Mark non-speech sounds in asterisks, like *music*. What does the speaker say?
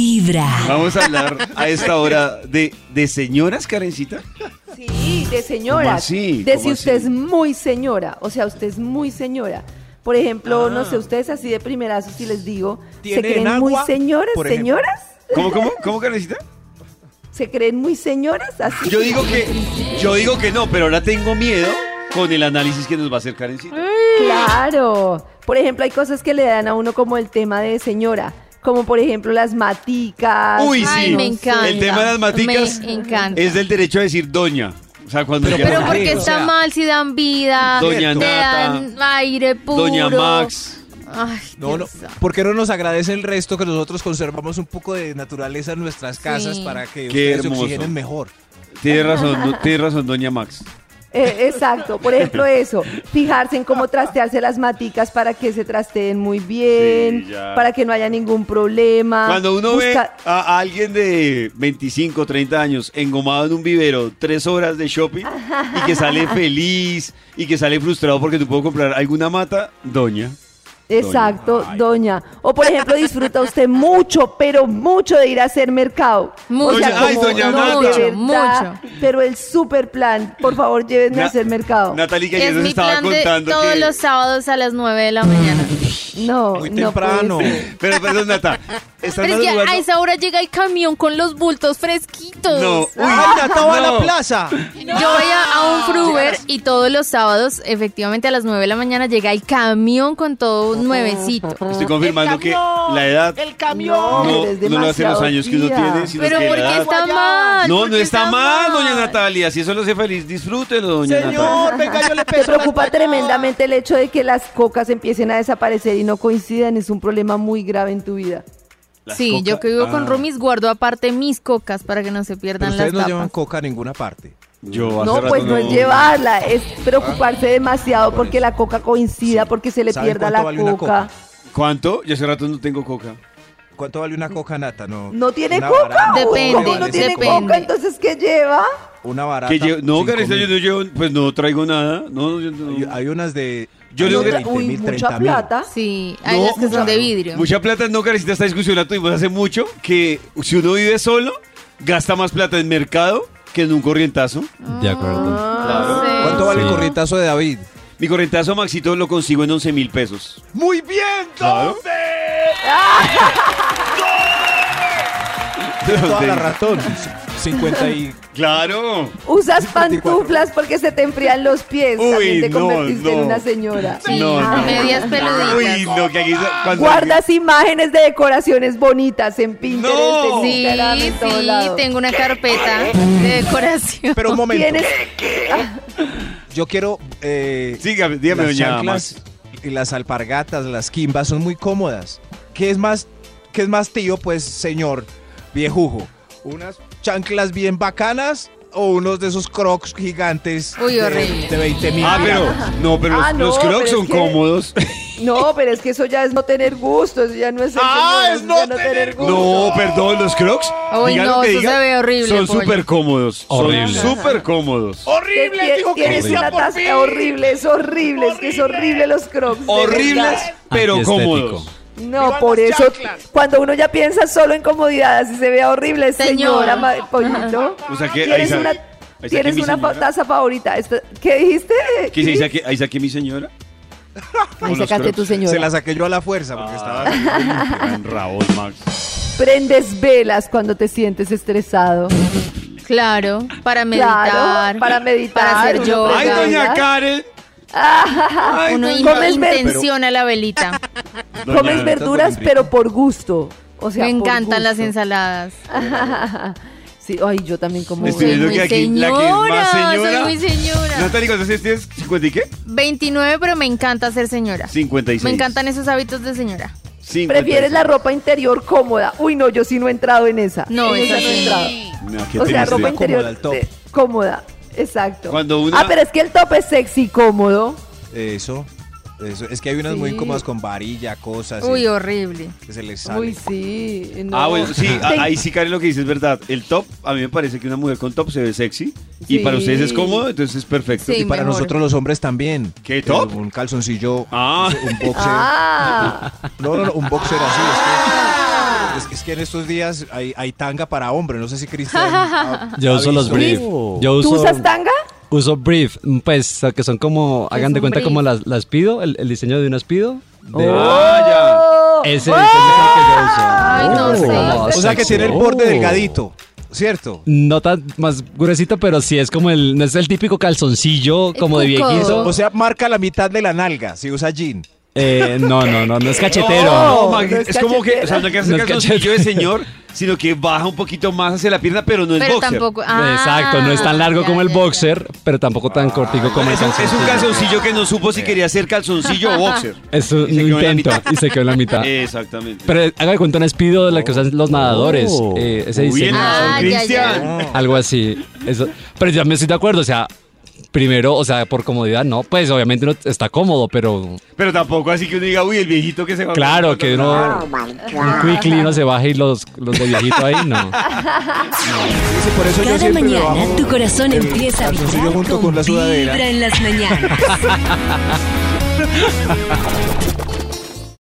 Vibra. Vamos a hablar a esta hora de, de señoras, Karencita. Sí, de señora. ¿Cómo así? De ¿Cómo si usted así? es muy señora. O sea, usted es muy señora. Por ejemplo, no sé, ustedes así de primerazo, si les digo, ¿se Ah. ¿Tienen creen muy agua? señoras, Por ejemplo. señoras? ¿Cómo, cómo, cómo, Karencita? ¿Se creen muy señoras? Así. Yo digo que, yo digo que no, pero ahora tengo miedo con el análisis que nos va a hacer Karencita. Claro. Por ejemplo, hay cosas que le dan a uno como el tema de señora. Como por ejemplo las maticas. Uy, sí. Ay, me encanta. El tema de las maticas Me encanta. es del derecho a decir doña. O sea, cuando Pero- ya- Pero ¿por porque qué? O está sea, mal si dan vida, Doña te Nata, dan aire puro. Doña Max. Ay, No, no, Dios ¿Por qué no nos agradece el resto que nosotros conservamos un poco de naturaleza en nuestras casas para que ustedes se hermoso. oxigenen mejor? Tiene razón, no, tiene razón, doña Max. Eh, exacto, por ejemplo eso, fijarse en cómo trastearse las maticas para que se trasteen muy bien, Sí, ya. para que no haya ningún problema. Cuando uno ve Ah, Busca- a a alguien de 25, 30 años engomado en un vivero, tres horas de shopping y que sale feliz y que sale frustrado porque tú puedo comprar alguna mata, doña. Exacto, doña. O por ejemplo, disfruta usted mucho, pero mucho de ir a hacer mercado. Mucho. O sea, Ay, como, doña no, de Nata. verdad, Pero el super plan, por favor, llévenme a Na- hacer mercado. Natalie que Oh, Es ayer nos mi estaba plan de contando todos que... Mm. los sábados a las 9 de la mañana. No, Muy no puede temprano. ser. Pero perdón, *laughs* Nata. ¿están Pero es que madrugando? a esa hora llega el camión con los bultos fresquitos. No. Ah. Uy, ¡Ay, Nata va a no. la plaza! Yo voy a, a un fruver y todos los sábados, efectivamente, a las 9 de la mañana llega el camión con todo un nuevecito. Estoy confirmando que la edad El camión. No, no, pero es no lo hace los demasiado años que uno día. tiene, sino Pero que ¿por la qué edad- está mal? No, ¿Por no qué está mal, doña mal? Natalia. Si eso lo hace feliz, disfrútelo, doña Natalia. Señor, venga, pues, yo le Te peso. preocupa las patatas. tremendamente el hecho de que las cocas empiecen a desaparecer y no coincidan. Es un problema muy grave en tu vida. Las sí, coca- yo que vivo Ah, con roomies guardo aparte mis cocas para que no se Pero pierdan las ustedes no tapas. llevan coca a ninguna parte. Yo hace No, rato pues no es llevarla, es preocuparse Ah, demasiado porque la coca coincida, porque se le ¿Saben pierda cuánto la vale una coca. coca? ¿Cuánto? Yo hace rato no tengo coca. ¿Cuánto vale una coca, Nata? No, ¿No tiene una coca? barata. Depende, ¿Cómo no tiene depende. coca? Entonces, ¿qué lleva? Una barata. Que llevo- no, cinco Karencita, yo mil. no llevo, pues no traigo nada. No, yo no- Hay- Hay unas de. Yo hay le- unas de Otra- 20 Uy, mil, mucha 30 mil. plata. Sí, hay No, las que son mucha- de vidrio. Mucha plata, no, Karencita, esta discusión la tuvimos hace mucho, que si uno vive solo, gasta más plata en mercado que en un corrientazo. De Ah. acuerdo. No sé. ¿Cuánto vale el Sí. corrientazo *laughs* de David? Mi corrientazo Maxito lo consigo en 11 mil pesos. ¡Muy bien! Claro. Toda la ratón. 50 y. Claro. Usas *laughs* 54. pantuflas porque se te enfrían los pies. Uy, También te no, convertiste en no. una señora. Sí, No, no. medias peluditas. Uy, no, que aquí... cuando- Guardas imágenes de decoraciones bonitas en Pinterest, No. en Sí, Instagram, en todo sí, lado. tengo una carpeta de decoración. *laughs* Pero un momento. Tienes Yo quiero. Eh, Sígame, dígame, las doña chanclas y las alpargatas, las quimbas son muy cómodas. ¿Qué es más, qué es más tío, pues, señor viejujo? ¿Unas chanclas bien bacanas o unos de esos crocs gigantes Uy, de, horrible. de 20 mil? Ah, pero, no, pero Ah, los, no, los crocs pero es son que- *laughs* cómodos. No, pero es que eso ya es no tener gusto, eso ya no es ser Ah, señora, es eso no ya tener No, perdón, los crocs. Uy, digan lo no, que eso digan, se ve horrible, Son pollo. súper cómodos. Horrible. Son súper cómodos. Horrible, dijo que decía una por taza fin. horrible, es horrible, es que es horrible los crocs. de Horribles, verdad. pero Antiestético. cómodos. No, por eso, cuando uno ya piensa solo en comodidad, así se vea horrible, señora, Señora. ma- pollito. O sea que ahí Tienes saqué- una, ahí saqué tienes mi una fa- señora. taza favorita. Esta- ¿Qué dijiste? ¿Qué se dice aquí? Ahí saqué mi señora. Ahí Con los sacaste crocs. Ah, tu Se señora. la saqué yo a la fuerza porque estaba. Gran Raúl Max. Prendes velas cuando te sientes estresado. Claro, para meditar. para meditar, Para hacer uno yoga. Ay, Oiga. doña Karen. Ay, Uno doña- in- Comes ver- intenciona la *laughs* velita. doña- Comes verduras, Enrique. pero por gusto. O sea, Me por encantan las gusto. ensaladas. Sí, ay, yo también como. Estoy Soy viendo muy que aquí la que es más señora. Soy muy señora. Natalia, ¿cuántos tienes? ¿50 y qué? 29, pero me encanta ser señora. 56. Me encantan esos hábitos de señora. 56. Prefieres la ropa interior cómoda. Uy, no, yo sí no he entrado en esa. No, En esa he sí. entrado. No, qué o sea, triste. ropa interior Cómoda, el top. de- cómoda. Exacto. Cuando una- Ah, pero es que el top es sexy cómodo. Eso. Eso. Es que hay unas muy Sí. cómodas con varilla, cosas. Uy, y- horrible. que se les sale. Uy, sí. no. Ah, bueno, sí, a- Ten- ahí sí, Karen, lo que dices es verdad. El top, a mí me parece que una mujer con top se ve sexy. Y Sí. para ustedes es cómodo, entonces es perfecto. Sí. Y para mejor. nosotros los hombres también. ¿Qué Eh, top? Un calzoncillo, Ah. un boxer. Ah, No, no, no, un boxer así. es que- Ah. Es, es que en estos días hay, hay tanga para hombre. No sé si *laughs* Cristian. ha- Yo ha uso los visto. brief. Yo ¿Tú uso, usas tanga? Uso brief, pues que son como, ¿Qué hagan es de un cuenta brief? como las, las pido, el, el diseño de unas pido. De, Ah, Oh, Ese diseño es el que yo no uso. sé. Como O sea que sexy. Oh. tiene el borde delgadito, ¿cierto? No tan más gruesito, pero sí es como el, no es el típico calzoncillo El como de cuco. viejizo. O sea, marca la mitad de la nalga si usa jean. Eh, no, no, no, no es ya. *laughs* cachetero. No, no man, es es, como que, o sea, no hay que hacer No es calzoncillo de cachetero. señor, sino que baja un poquito más hacia la pierna, pero no es Pero boxer. tampoco. ah, Exacto, no es tan largo ya, como el ya, ya. boxer, pero tampoco tan cortico como el Es un, es calzoncillo. un calzoncillo que no supo si quería ser calzoncillo o boxer. Es Y un se quedó en la intento mitad. y se quedó en *laughs* la mitad. Exactamente. Pero eh, haga de cuenta un espido de la que usan los nadadores. Oh. eh, ese Muy bien, diseño. Ah, ya, ya. Cristian. Algo así. Eso. Pero ya me estoy de acuerdo. O sea, primero, o sea, por comodidad, no. Pues obviamente no está cómodo, pero Pero tampoco así que uno diga, uy, el viejito que se va claro que uno. Un quickly no se baje y los, los de viejito ahí, no. Sí, por eso yo Cada siempre me mañana bajo tu corazón el empieza a calzoncillo vibrar junto con la sudadera. Vibra en las mañanas.